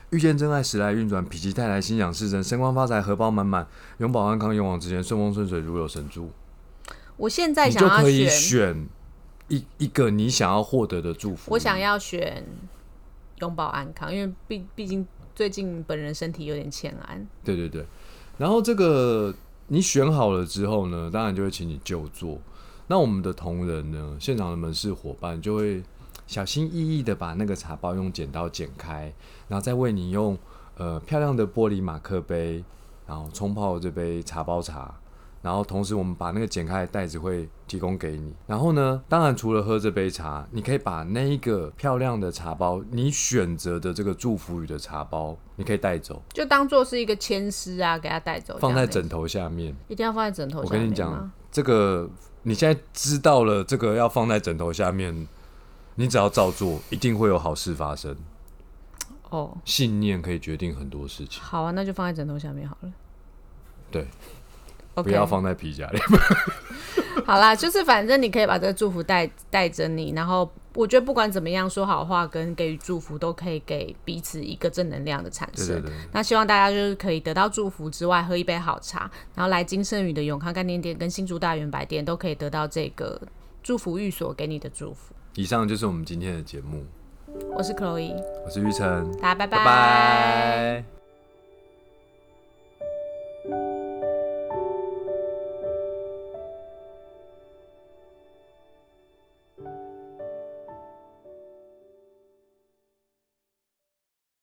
[SPEAKER 1] 遇见真爱，时来运转，否极泰来，心想事成，升官发财，荷包满满，永保安康，勇往直前，顺风顺水，如有神助。
[SPEAKER 2] 我现在
[SPEAKER 1] 你
[SPEAKER 2] 想
[SPEAKER 1] 就
[SPEAKER 2] 要
[SPEAKER 1] 可以
[SPEAKER 2] 选，
[SPEAKER 1] 选一一个你想要获得的祝福。
[SPEAKER 2] 我想要选永保安康，因为毕毕竟最近本人身体有点欠安。
[SPEAKER 1] 对对对，然后这个你选好了之后呢，当然就会请你就坐。那我们的同仁呢，现场的门市伙伴就会小心翼翼的把那个茶包用剪刀剪开，然后再为你用呃漂亮的玻璃马克杯，然后冲泡这杯茶包茶。然后同时，我们把那个剪开的袋子会提供给你。然后呢，当然除了喝这杯茶，你可以把那一个漂亮的茶包，你选择的这个祝福语的茶包，你可以带走。
[SPEAKER 2] 就当做是一个牵丝啊，给他带走，
[SPEAKER 1] 放在
[SPEAKER 2] 这样子，
[SPEAKER 1] 枕头下面。
[SPEAKER 2] 一定要放在枕头
[SPEAKER 1] 我
[SPEAKER 2] 下
[SPEAKER 1] 跟
[SPEAKER 2] 面吗
[SPEAKER 1] 你讲，，这个你现在知道了，这个要放在枕头下面，你只要照做，一定会有好事发生。
[SPEAKER 2] 哦，
[SPEAKER 1] 信念可以决定很多事情，
[SPEAKER 2] 好啊，那就放在枕头下面好了。
[SPEAKER 1] 对，
[SPEAKER 2] OK，
[SPEAKER 1] 不要放在皮夹里。
[SPEAKER 2] 好啦，就是反正你可以把这个祝福带带着你，然后我觉得不管怎么样，说好话跟给予祝福都可以给彼此一个正能量的产生。
[SPEAKER 1] 对对对，
[SPEAKER 2] 那希望大家就是可以得到祝福之外，喝一杯好茶，然后来金盛宇的永康概念店跟新竹大圆白店都可以得到这个祝福寓所给你的祝福。
[SPEAKER 1] 以上就是我们今天的节目，
[SPEAKER 2] 我是 Chloe，
[SPEAKER 1] 我是玉成，
[SPEAKER 2] 大家拜
[SPEAKER 1] 拜拜